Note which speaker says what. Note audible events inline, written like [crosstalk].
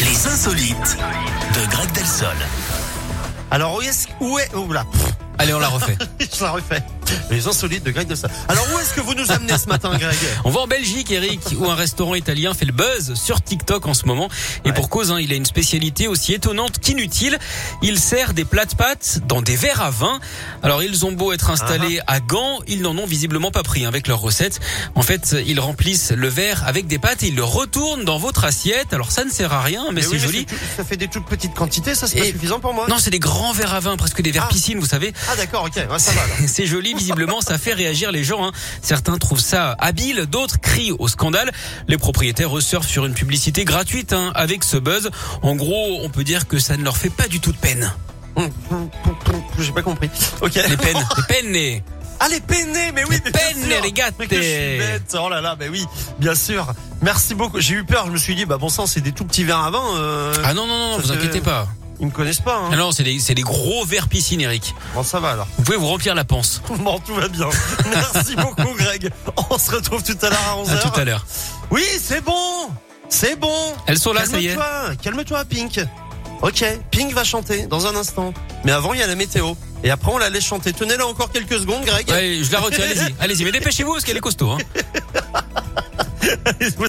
Speaker 1: Les insolites de Greg Delsol. Alors où est-ce où est oh là, [laughs] pff,
Speaker 2: Allez, on la refait.
Speaker 1: je la refais. Les insolites de Greg Delsol. Alors où est-ce que vous nous amenez ce matin Greg
Speaker 2: [laughs] On va en Belgique, Eric, où un restaurant italien fait le buzz sur TikTok en ce moment. Et pour cause, hein, il a une spécialité aussi étonnante qu'inutile. Il sert des plats de pâtes dans des verres à vin. Alors, ils ont beau être installés à Gand, ils n'en ont visiblement pas pris hein, avec leur recette. En fait, ils remplissent le verre avec des pâtes et ils le retournent dans votre assiette. Alors, ça ne sert à rien, [laughs] mais,
Speaker 1: Eh
Speaker 2: c'est
Speaker 1: oui,
Speaker 2: joli.
Speaker 1: tout- ça fait des toutes petites quantités, ça c'est pas
Speaker 2: Et-
Speaker 1: suffisant pour moi.
Speaker 2: Non, c'est des grands verres à vin, presque des verres
Speaker 1: Ah.
Speaker 2: piscine, vous savez.
Speaker 1: Ah d'accord, ok, ouais, ça va. alors.
Speaker 2: [laughs] C'est joli, visiblement, ça fait réagir les gens. hein. Certains trouvent ça habile, d'autres crient au scandale. Les propriétaires ressurfent sur une publicité gratuite hein, avec ce buzz. En gros, on peut dire que ça ne leur fait pas du tout de peine.
Speaker 1: Hum, hum, hum, hum, J'ai pas compris. Ok.
Speaker 2: Les
Speaker 1: [laughs]
Speaker 2: peines, les peines, les-
Speaker 1: Ah les peinés, mais oui.
Speaker 2: Les
Speaker 1: mais bien
Speaker 2: penne,
Speaker 1: sûr.
Speaker 2: les gâtés.
Speaker 1: Mais que je suis bête. Oh là là, mais oui, bien sûr. Merci beaucoup. J'ai eu peur. Je me suis dit, bah bon sang, c'est des tout petits verres à vin. euh,
Speaker 2: Ah non, non, non,
Speaker 1: Ça
Speaker 2: vous
Speaker 1: fait-
Speaker 2: inquiétez pas.
Speaker 1: Ils me connaissent pas. Hein.
Speaker 2: Ah non, c'est des, c'est des gros verres piscine, Eric.
Speaker 1: Bon, ça va alors.
Speaker 2: Vous pouvez vous remplir la panse.
Speaker 1: Bon, tout va bien. [laughs] Merci beaucoup, Greg. On se retrouve tout à l'heure à
Speaker 2: À
Speaker 1: 11h.
Speaker 2: tout à l'heure.
Speaker 1: Oui, c'est bon. C'est bon.
Speaker 2: Elles sont là, ça y est.
Speaker 1: Calme-toi. Calme-toi, Pink. Ok, Pink va chanter dans un instant. Mais avant, il y a la météo. Et après, on la laisse chanter. Tenez là encore quelques secondes, Greg. [laughs]
Speaker 2: Ouais, je la retiens, allez-y. Allez-y, mais dépêchez-vous parce qu'elle est costaud. Hein.